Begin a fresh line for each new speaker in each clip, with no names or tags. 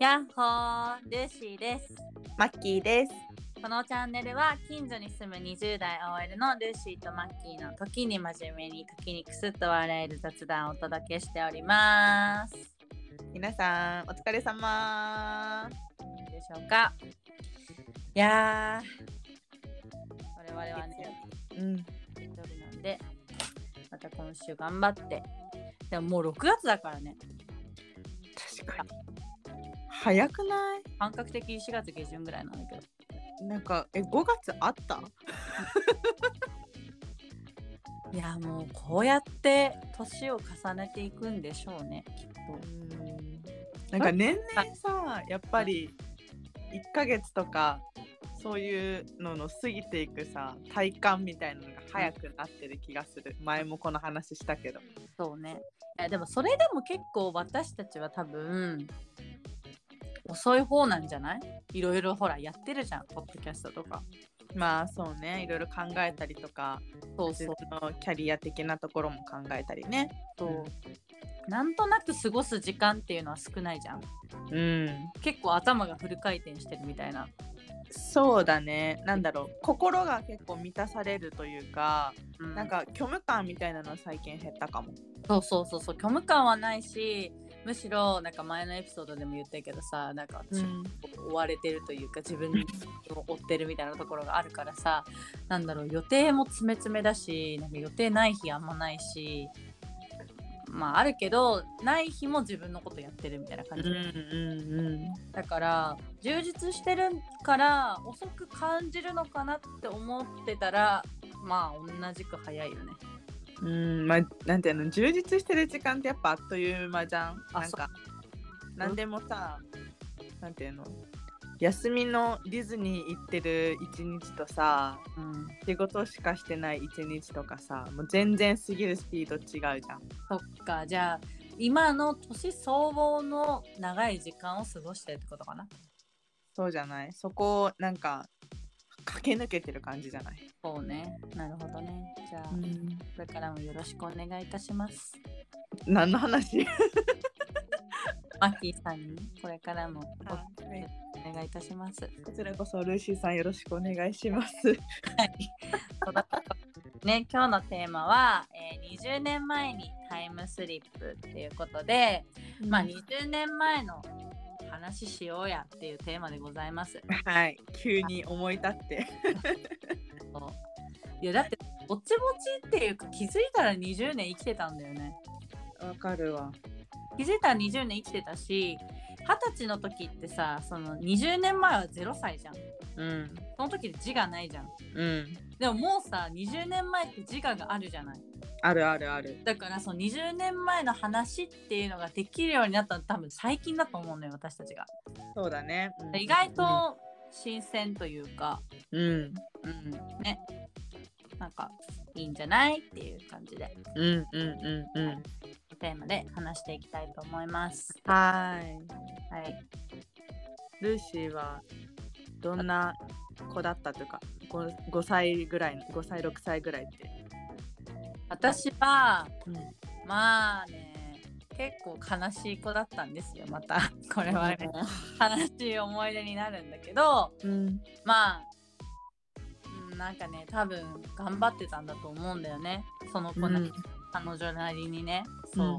やっほールーシーです
マッキーです。
このチャンネルは近所に住む20代 OL のルーシーとマッキーの時に真面目に時にクスッと笑える雑談をお届けしておりますい
皆さん、お疲れ様。
いでしょうかいやー我々はね
うん、
月曜日なんでまた今週頑張ってでももう6月だからね
確かに。早くな
感覚的に4月下旬ぐらいなんだけど
い。なんか、え、五月あった。
いやもうこうやって年を重ねていくんでしょうねきっと
なんか年々さ、やっぱり。一ヶ月とか。そういうのの過ぎていくさ、体感みたいなのが早くなってる気がする。前もこの話したけど。
そうねいやでもそれでも結構私たちは多分遅い方なんじゃないいろいろほらやってるじゃんポッドキャストとか
まあ、そうね、いろいろ考えたりとか、
そう
自
そう
分のキャリア的なところも考えたりね。
そうなんとなく過ごす時間っていうのは少ないじゃん
うん。
結構頭がフル回転してるみたいな、
そうだねなんだろう心が結構満たされるというか
う
なんか虚無感みたいなのは最近減ったかも
そうそうそうそう虚無感はないしむしろなんか前のエピソードでも言ったけどさなんか私
うん
追われてるというか自分を追ってるみたいなところがあるからさなんだろう予定も詰め詰めだしなんか予定ない日あんまないしまああるけどない日も自分のことやってるみたいな感じ、
うん
だから充実してるから遅く感じるのかなって思ってたらまあ同じく早いよね
うんうんまあなんていうの充実してる時間ってやっぱあっという間じゃん
あ
なんか何でもさなんていうの休みのディズニー行ってる一日とさ
うん
仕事しかしてない一日とかさもう全然過ぎるスピード違うじゃん
そっかじゃあ今の年相応の長い時間を過ごしてるってことかな
そうじゃないそこをなんか駆け抜けてる感じじゃない、
そうねなるほどねじゃあ、これからもよろしくお願いいたします
何の話
マッキーさんにこれからもお願いいたします
こちらこそルーシーさんよろしくお願いします。
ね今日のテーマは、えー20年前にタイムスリップっていうことでまあ20年前の話しようやっていうテーマでございます
はい、急に思い立って。
いやだってぼちぼちっていうか気づいたら20年生きてたんだよね
わかるわ。
気づいたら20年生きてたし二十歳の時ってさその20年前は0歳じゃん
うん。
その時って自我ないじゃん
うん。
でももうさ20年前って自我があるじゃない
あるあるある。
だからその20年前の話っていうのができるようになったの多分最近だと思うのよ私たちが
そうだね。
意外、と新鮮というか
うん。
うんねなんかいいんじゃないっていう感じで
うんうんうんうん。
テーマで話していきたいと思います
は
はい
い。ルーシーはどんな子だったというか、五五歳ぐらいの、五歳六歳ぐらいって。
私は
うん。
まあね結構悲しい子だったんですよまたこれは、ね、悲しい思い出になるんだけど
うん。
まあうんなんかね多分頑張ってたんだと思うんだよねその子な、
うん
彼女なりにねそ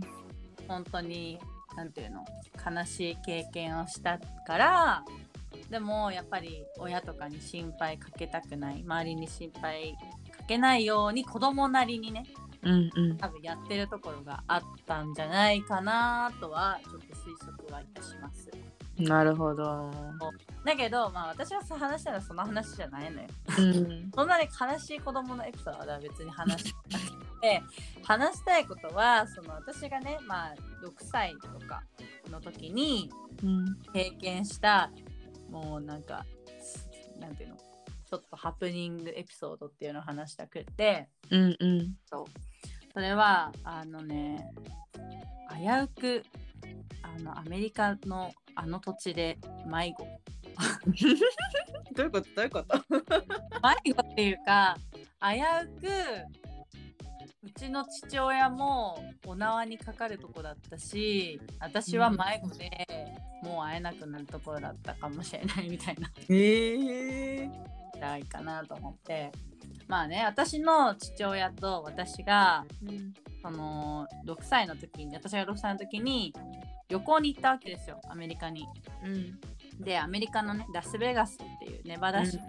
う、本当に何ていうの悲しい経験をしたからでもやっぱり親とかに心配かけたくない周りに心配かけないように子供なりにね
うんうん。
多分やってるところがあったんじゃないかなとはちょっと推測はいたします
なるほど。
だけどまあ私はさ話したらその話じゃないのよ
うん。
そんなね悲しい子供のエピソードは別に話してなくて話したいことはその私がねまあ6歳とかの時に
うん。
経験したもうなんかすなんていうのちょっとハプニングエピソードっていうのを話したくて
うんうん。
そうそれはあのね危うくあのアメリカのあの土地で迷子
どういうことどういうこと
迷子っていうか危うくうちの父親もお縄にかかるとこだったし私は迷子でもう会えなくなるところだったかもしれないみたいな
ええ
辛いかなと思ってまあね私の父親と私がその6歳の時に私が6歳の時に旅行に行ったわけですよアメリカに。
うん
でアメリカのねラスベガスっていうネバダ州
う
っ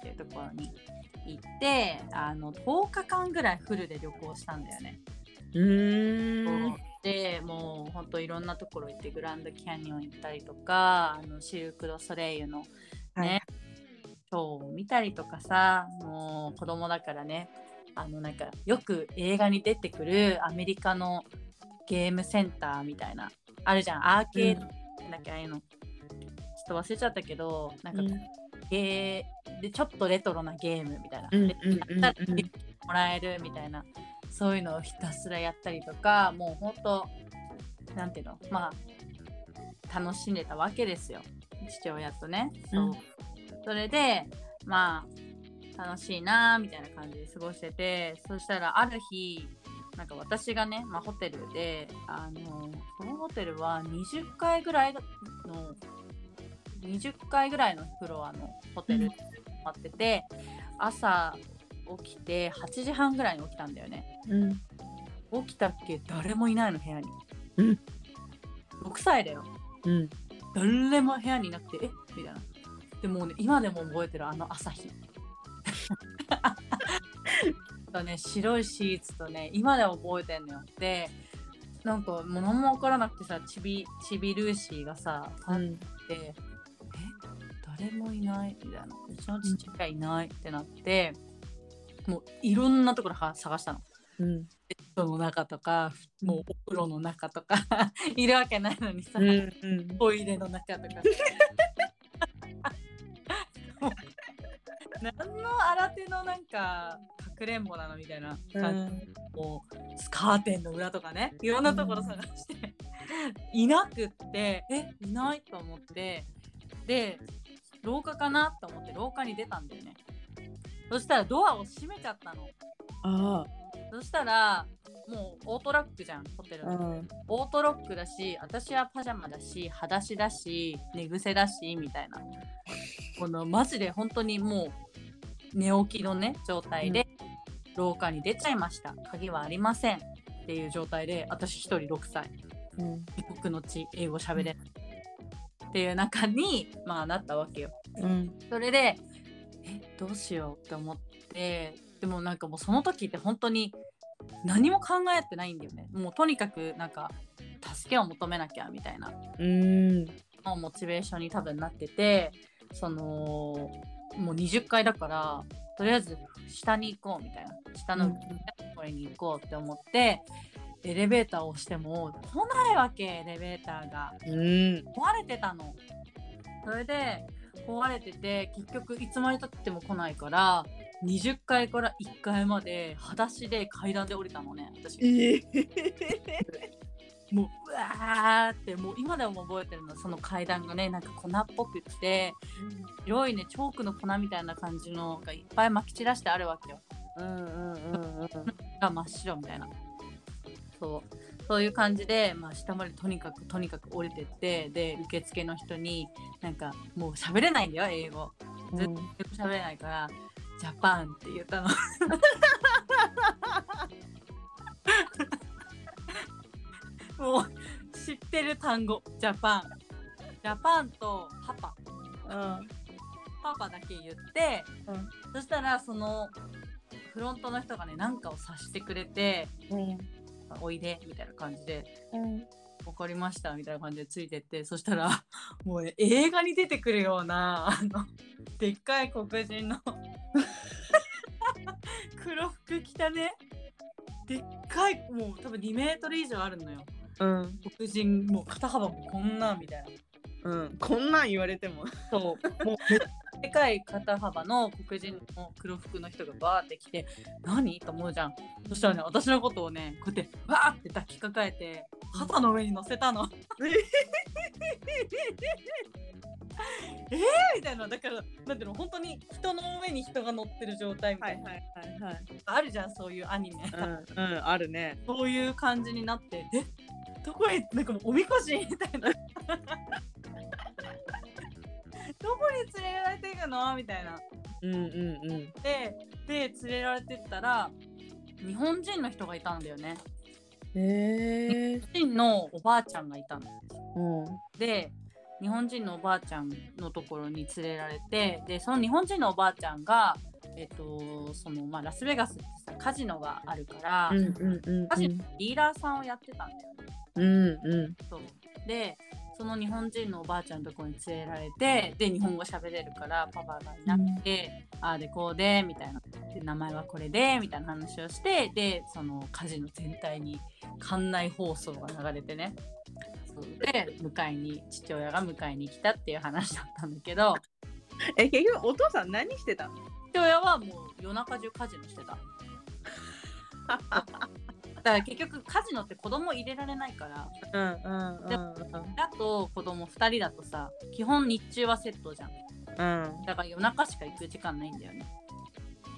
ていうところに行って、あの10日間ぐらいフルで旅行したんだよね。
んう
でもうほんといろんなところ行ってグランドキャニオン行ったりとかあのシルク・ド・ソレイユの
はい
ね、ショーを見たりとかさもう子供だからねあのなんかよく映画に出てくるアメリカのゲームセンターみたいなあるじゃんアーケードだっけ、ああいうのちょっと忘れちゃったけどなんかこう、ゲーでちょっとレトロなゲームみたいな、
うんうん
で
うんうん
やったらもらえるみたいなそういうのをひたすらやったりとかもうほんとなんていうのまあ楽しんでたわけですよ父親とねそう、
うん
それでまあ楽しいなーみたいな感じで過ごしててそしたらある日なんか私がね、まあ、ホテルであのそのホテルは20階ぐらいの20階ぐらいのフロアのホテルに泊まってて、朝起きて8時半ぐらいに起きたんだよね
うん
起きたっけ誰もいないの部屋に、
うん
6歳だよ
うん
誰も部屋にいなくてえみたいなでもうね今でも覚えてるあの朝日 とね白いシーツとね今でも覚えてんのよでなんかもう何も分からなくてさちびちびルーシーがさ立って、え誰もいないみたいなうちの父がいないってなってもういろんなところは探したの
うん
ベッドの中とかもうお風呂の中とか いるわけないのにさ、
うん
トイレの中とか。 もう何の新手のなんかかくれんぼなのみたいな感じ、もうスカーテンの裏とかねいろんなところ探して、いなくってえいないと思ってで廊下かなと思って廊下に出たんだよねそしたらドアを閉めちゃったの
あ
そしたらもうオートロックじゃんホテルの
あうん
オートロックだし私はパジャマだし裸足だし寝癖だしみたいなこのマジで本当にもう寝起きのね状態で、廊下に出ちゃいました鍵はありませんっていう状態で私一人6歳
うん
異国の地英語喋れないっていう中にまあなったわけよ
うん
それでえどうしようって思ってでもなんかもうその時って本当に何も考えてないんだよねもうとにかくなんか助けを求めなきゃみたいな
うん
のをモチベーションに多分なっててそのもう20階だからとりあえず下に行こうみたいな下のこれに行こうって思って、エレベーターを押しても来ないわけエレベーターが。
うん
壊れてたのそれで壊れてて結局いつまでたっても来ないから20階から1階まで裸足で階段で降りたのね私
え
もううわーってもう今でも覚えてるのその階段がねなんか粉っぽくって白いねチョークの粉みたいな感じのがいっぱいまき散らしてあるわけよ
うんうんうんうん
が真っ白みたいなそうそういう感じで、まあ、下までとにかくとにかく降りてってで受付の人になんかもう喋れないんだよ英語ずっと英語喋れないから「ジャパン」って言った のもう知ってる単語「ジャパン」ジャパンとパパパパだけ言って、
うん
そしたらそのフロントの人がね何かを察してくれて「おいで」みたいな感じで「分かりました」みたいな感じでついてってそしたら もうね映画に出てくるようなあのでっかい黒人の 黒服着たねでっかいもう多分2メートル以上あるのよ
うん
黒人もう肩幅もこんなみたいな
うんこんなん言われても
そう、 もうめっちゃでかい肩幅の黒人の黒服の人がバーって来て、何と思うじゃん。そしたらね、私のことをね、こうやって、わーって抱きかか えて、肩の上に乗せたの。みたいなだからなんていうの本当に人の上に人が乗ってる状態みた
はいい
な、
はいはいはい。
あるじゃんそういうアニメ、
うん、うん、あるね。
そういう感じになってえどこへなんかもうおみこしみたいなどこに連れられていくのみたいな
うんうんうん。
でで連れられてったら日本人の人がいたんだよね
へえ。
日本人のおばあちゃんがいたの
うん。
で日本人のおばあちゃんのところに連れられてでその日本人のおばあちゃんが、えっとそのまあ、ラスベガスってさカジノがあるから、
うんうんうん。
カジノのディーラーさんをやってたんだよね。
うんう
そうでその日本人のおばあちゃんのところに連れられてで日本語喋れるからパパがいなくて、ああでこうでみたいなで名前はこれでみたいな話をしてでそのカジノ全体に館内放送が流れてねそうで迎えに父親が迎えに来たっていう話だったんだけど
ん。え、結局お父さん何してたの。
父親はもう夜中中カジノしてた。だから結局カジノって子供入れられないから
うんうん
だと子供2人だとさ基本日中はセットじゃん
うん。
だから夜中しか行く時間ないんだよね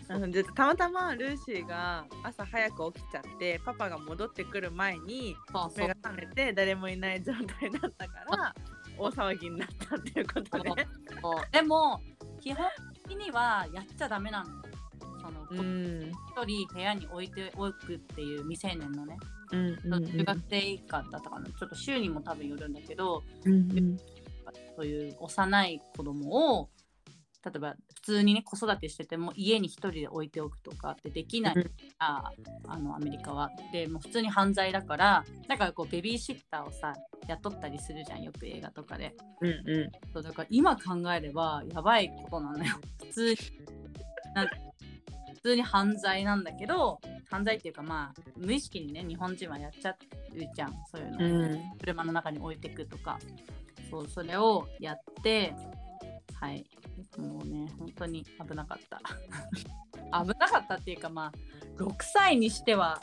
うん、でたまたまルーシーが朝早く起きちゃってパパが戻ってくる前に
そうそ
目
う
が覚めて誰もいない状態だったから大騒ぎになったっていうことね。
でも基本的にはやっちゃダメなのその
うん
一人部屋に置いておくっていう未成年のね
うんうん
中学生以下だったかなちょっと週にも多分よるんだけど
うん
そういう幼い子供を例えば普通にね子育てしてても家に一人で置いておくとかってできない
うん
ああのアメリカはでもう普通に犯罪だからだからこうベビーシッターをさ雇ったりするじゃんよく映画とかで
うんうん
そうだから今考えればやばいことなのよ 普通になんか普通に犯罪なんだけど犯罪っていうかまあ無意識にね日本人はやっちゃうじゃんそういうの、
うん
車の中に置いてくとかそうそれをやってはいもうね本当に危なかった 危なかったっていうかまあ6歳にしては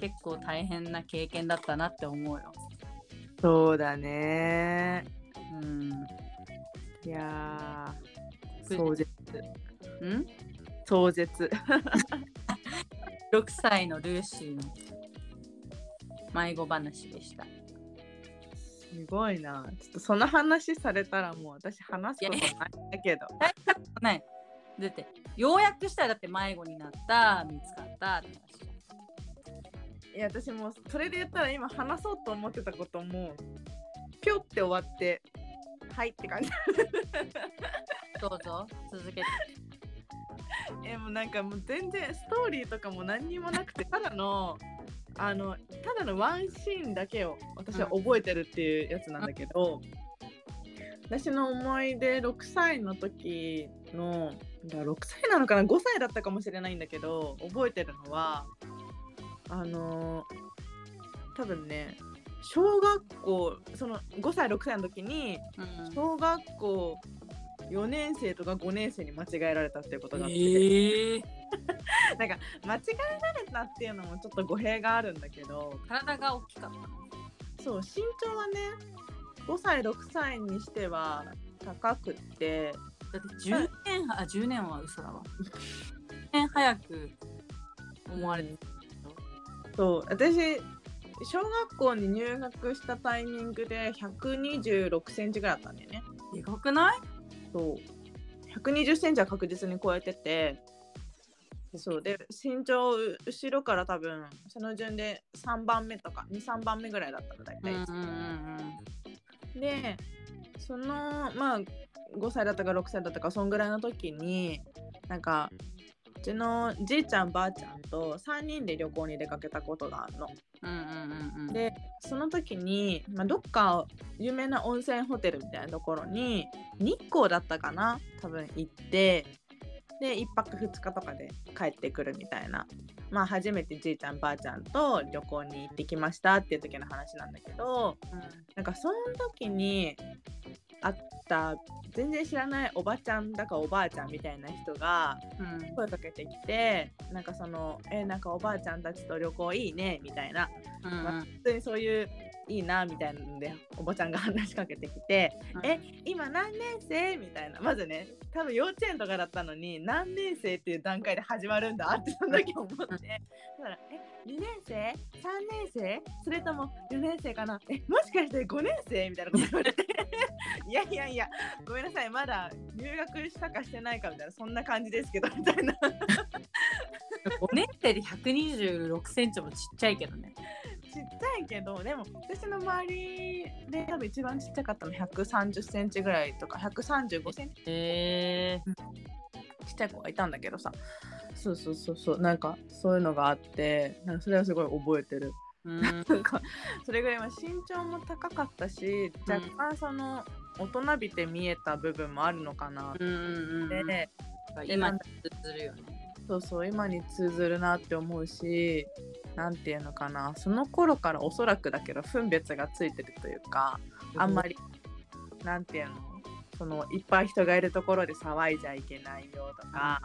結構大変な経験だったなって思うよ
そうだね
うん
いやー
そ
壮絶
うん
壮絶
6歳のルーシーの迷子話でした。い
すごいなちょっとその話されたらもう私話すことないんだけど
ない。だって、ようやくしたらだって迷子になった、見つかったって話じゃん
いや私もうそれで言ったら今話そうと思ってたこともぴょって終わってはいって感じ
どうぞ、続けて。
えもうなんかもう全然ストーリーとかも何にもなくてただの あのただのワンシーンだけを私は覚えてるっていうやつなんだけど、私の思い出6歳の時のだ6歳なのかな5歳だったかもしれないんだけど覚えてるのはあの多分ね小学校その5歳6歳の時に
うん
小学校4年生とか5年生に間違えられたっていうことがあって、
えー
間違えられたっていうのもちょっと語弊があるんだけど
体が大きかったの。
そう身長はね5歳6歳にしては高くって
だって10年は、あ、10年は嘘だわ。10年早く思われて
そう私小学校に入学したタイミングで126センチぐらいあったんだよね
でかくない
そう120センチは確実に超えててそうで身長う後ろから多分その順で3番目とか23番目ぐらいだったの大
うん
体、
うんうん
でそのまあ5歳だったか6歳だったかそんぐらいの時になんかうちのじいちゃんばあちゃんと3人で旅行に出かけたことがあるの。
うん。うんうんうんうん。
でその時に、まあ、どっか有名な温泉ホテルみたいなところに日光だったかな多分行ってで1泊2日とかで帰ってくるみたいなまあ初めてじいちゃんばあちゃんと旅行に行ってきましたっていう時の話なんだけど
うん
なんかその時に会った全然知らないおばちゃんだかおばあちゃんみたいな人が
うん
声かけてきてなんかその「えなんかおばあちゃんたちと旅行いいね」みたいな
うんうん
普通にそういういいなみたいなのでおばちゃんが話しかけてきて「 え今何年生?」みたいなまずね多分幼稚園とかだったのに何年生っていう段階で始まるんだってその時思ってだから「え2年生 ?3 年生それとも4年生かなえもしかして5年生?」みたいなこと言われて 「いやいやいやごめんなさいまだ入学したかしてないか」みたいなそんな感じですけどみたいな。
5年生で1 2 6ンチもちっちゃいけどね
ちっちゃいけどでも私の周りで多分一番ちっちゃかったの1 3 0ンチぐらいとか1 3 5ンチ
へえ
ちっちゃい子がいたんだけどさそうそうそうそうなんかそういうのがあってなんかそれはすごい覚えてる
うん
なんかそれぐらいは身長も高かったし若干その大人びて見えた部分もあるのかなっ
うん うん
て、
うん今に通ずるよね
そうそう今に通ずるなって思うしなんていうのかなその頃からおそらくだけど分別がついてるというかあんまりなんていうのそのいっぱい人がいるところで騒いじゃいけないよとか、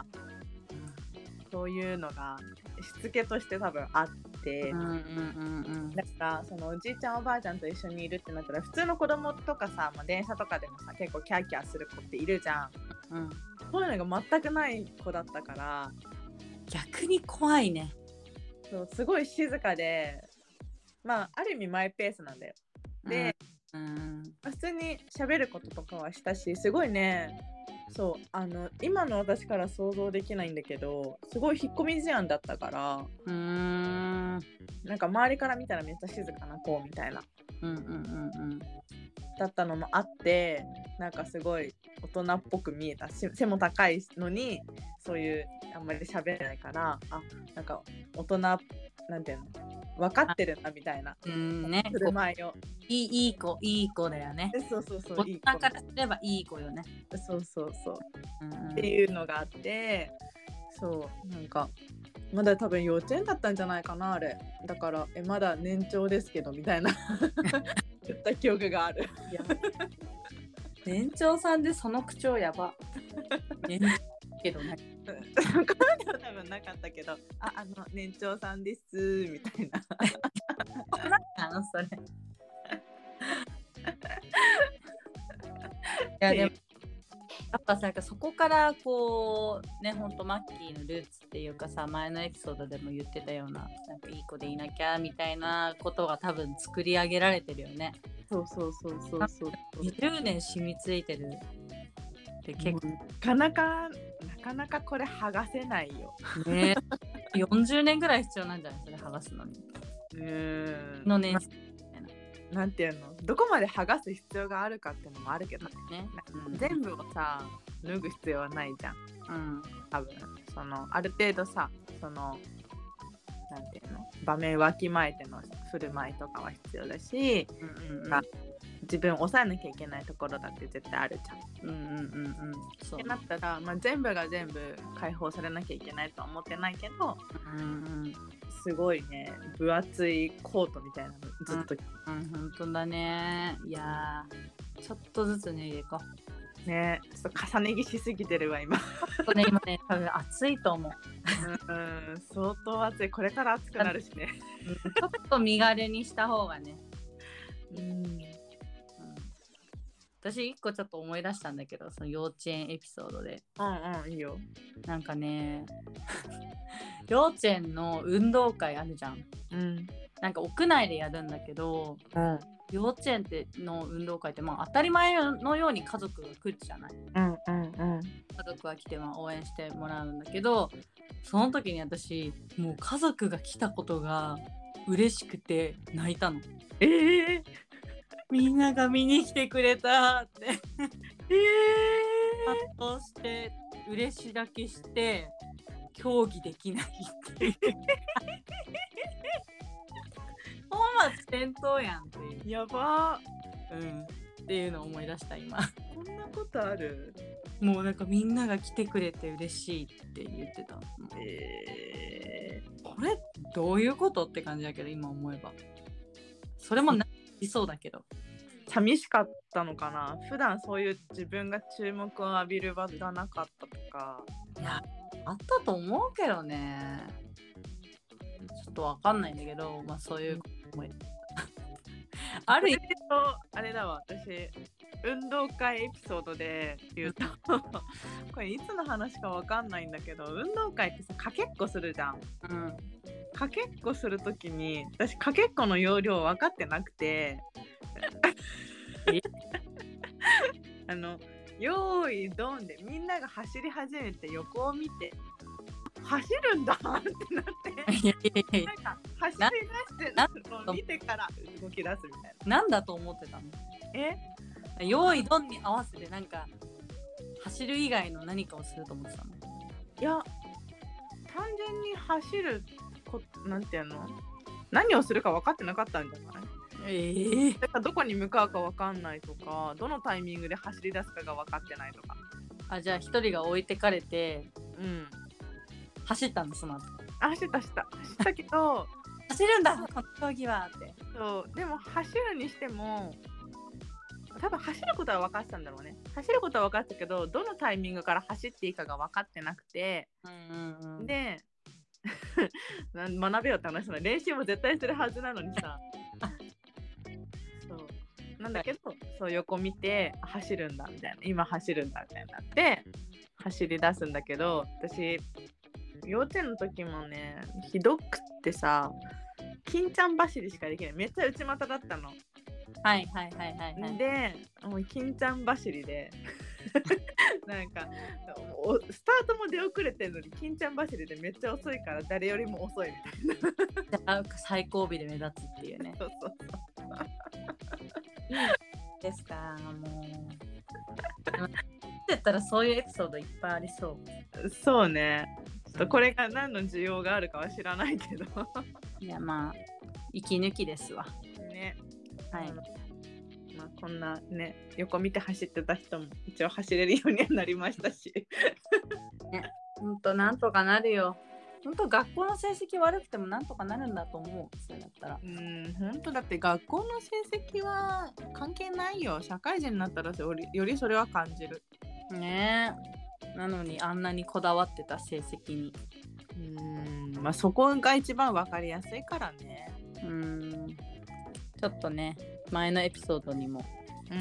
そういうのがしつけとして多分あって。
うんうんうん
だからそのおじいちゃんおばあちゃんと一緒にいるってなったら普通の子供とかさ、まあ、電車とかでもさ結構キャーキャーする子っているじゃん
うんうん
そういうのが全くない子だったから
逆に怖いね
そうすごい静かでまあある意味マイペースなんだよで、
うん
まあ普通に喋ることとかはしたしすごいねそうあの今の私から想像できないんだけどすごい引っ込み思案だったから
うんうん
なんか周りから見たらめっちゃ静かな子みたいな
うんうんうん
だったのもあってなんかすごい大人っぽく見えたし背も高いのにそういうあんまり喋れないからあなんか大人なんていうの分かってるなみたいな
うんね
振る舞いを
いいいい子いい子だよね
えそうそうそ
大
ういい
人
子
からすればいい子よね
そうそうそう
うんうん
っていうのがあってそうなんかまだ多分幼稚園だったんじゃないかなあれだからえまだ年長ですけどみ たいな言った記憶がある
年長さんでその口調や ば年長けどね
そこまでは多分なかったけど「ああの年長さんです」みたいな
あの それ。いやでもやっぱさそこからこうねほんとマッキーのルーツっていうかさ前のエピソードでも言ってたようななんかいい子でいなきゃみたいなことが多分作り上げられてるよね
そうそうそうそうそう
20年染みついてるって結構
なかなかなかなかこれ剥がせないよ
ね40年ぐらい必要なんじゃないそれ剥がすのに
うん
の年数
なんていうのどこまで剥がす必要があるかってのもあるけどね
ね、うん
全部をさ脱ぐ必要はないじゃん
うん
多分そのある程度さそのなんていうの場面わきまえての振る舞いとかは必要だし
うんうん
あ自分を抑えなきゃいけないところだって絶対あるじゃん。
うんうんうんうんそう
ってなったら、まあ、全部が全部解放されなきゃいけないとは思ってないけど
うんうん
すごいね分厚いコートみたいなのずっと
うん、本当だね。いやー、ちょっとずつ脱いでいこう。
ねちょっと重ね着しすぎてるわ今
ちょっとね、今 ね、多分暑いと思う。
うん 相当暑いこれから暑くなるしね。
ちょっと身軽にした方がね。
うん
うん、私、一個ちょっと思い出したんだけど、その幼稚園エピソードで。
うんうんいいよ。
なんかね、 幼稚園の運動会あるじゃん。
うん
なんか屋内でやるんだけど、
うん
幼稚園っての運動会って、まあ、当たり前のように家族が来るじゃない。
うんうんう
家
ん
族が来てまあ応援してもらうんだけどその時に私もう家族が来たことが嬉しくて泣いたの
えー、
みんなが見に来てくれたって
え
圧倒して嬉し泣きして競技できないっていう本末転倒やんっていう、
ー、やば
うん、っていうのを思い出した今
こんなことある
もうなんかみんなが来てくれて嬉しいって言ってた
えー、
これどういうことって感じだけど今思えばそれもなりそうだけど
寂しかったのかな普段そういう自分が注目を浴びる場がなかったとか
いやあったと思うけどねちょっとわかんないんだけどまあそういう思いある
それで言うとあれだわ私運動会エピソードで言 うとこれいつの話かわかんないんだけど運動会ってさかけっこするじゃん
うん
かけっこするときに私かけっこの要領分かってなくて
え
あの「用意ドン」でみんなが走り始めて横を見て走るんだってなって
いやいやいや
なんか走り出して
な
るのを見てから動き出すみたい
なんだと思ってたの
な。え
用意ドンに合わせてなんか走る以外の何かをすると思ってたの
いや単純に走るこなんていうの何をするか分かってなかったんじゃない
ええ
だからどこに向かうか分かんないとかどのタイミングで走り出すかが分かってないとか
あじゃあ一人が置いてかれて
うん
走ったのその後
あ走った走った走ったけど
走るんだこの競技はって
そうでも走るにしても多分走ることは分かってたんだろうね走ることは分かってたけどどのタイミングから走っていいかが分かってなくて
うんうんうん
で なん学べよって話なの練習も絶対するはずなのにさそうなんだけどそう横見てあ走るんだみたいな今走るんだみたいになって走り出すんだけど私幼稚園の時もねひどくってさ金ちゃん走りしかできないめっちゃ内股だったの。
はいはいはいはいはい
でもう金ちゃん走りで なんかおスタートも出遅れてるのに金ちゃん走りでめっちゃ遅いから誰よりも遅いみたい
じゃあ最後尾で目立つっていうね
なそうそう
ですかもう でもってったらそういうエピソードいっぱいありそう
そうねちょっとこれが何の需要があるかは知らないけど
いやまあ息抜きですわ
ね
はい
まあこんなね横見て走ってた人も一応走れるようにはなりましたし
ほんとなんとかなるよほんと学校の成績悪くてもなんとかなるんだと思うそれだったら
うん本当だって学校の成績は関係ないよ社会人になったらよりよりそれは感じる
ねえなのにあんなにこだわってた成績に
うーんまあそこが一番わかりやすいからね。
うーんちょっとね前のエピソードにも
う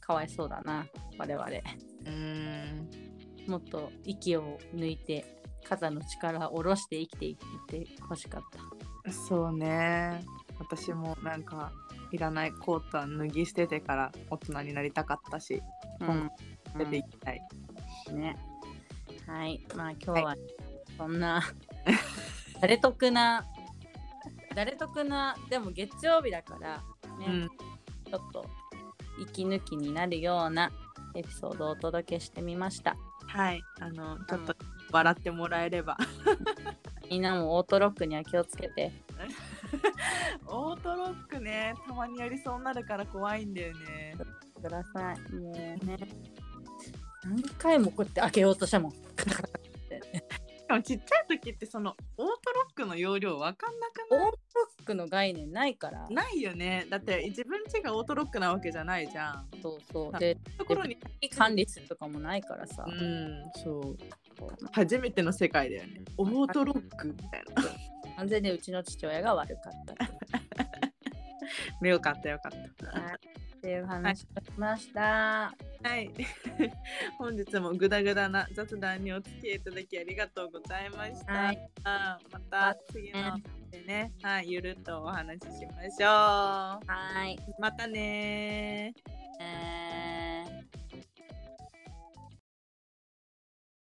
かわいそうだな我々
ん。
もっと息を抜いて肩の力を下ろして生きていってほしかった
そうね。私もなんかいらないコートは脱ぎ捨ててから大人になりたかったし、
うん
出ていきたい。
ね。はい。まあ今日はそんな、誰得な、誰得な、でも月曜日だから、ね
うん
ちょっと息抜きになるようなエピソードをお届けしてみました。
はい。あの、ちょっと笑ってもらえれば。
みんなもオートロックには気をつけて。
オートロックね、たまにやりそうになるから怖いんだよね。
ください。もうね。何回もこうやって開けようとしたもん。
しかもちっちゃい時ってそのオートロックの容量わかんなく
オー
ない
トロックの概念ないから。
ないよね。だって自分家がオートロックなわけじゃないじゃん。
そうそう。で、
ところに
管理するとかもないからさ。
うん、そう。初めての世界だよね。オートロックみたいな。
完全にうちの父親が悪かったっていう。
ねよかったよかっ
っていう話をしました。
た。はい。 本日もグダグダな雑談にお付き合いいただきありがとうございました。
はい
あまた次のでね、はい、ゆるっとお話ししましょ
はーい。
う。またねー
えー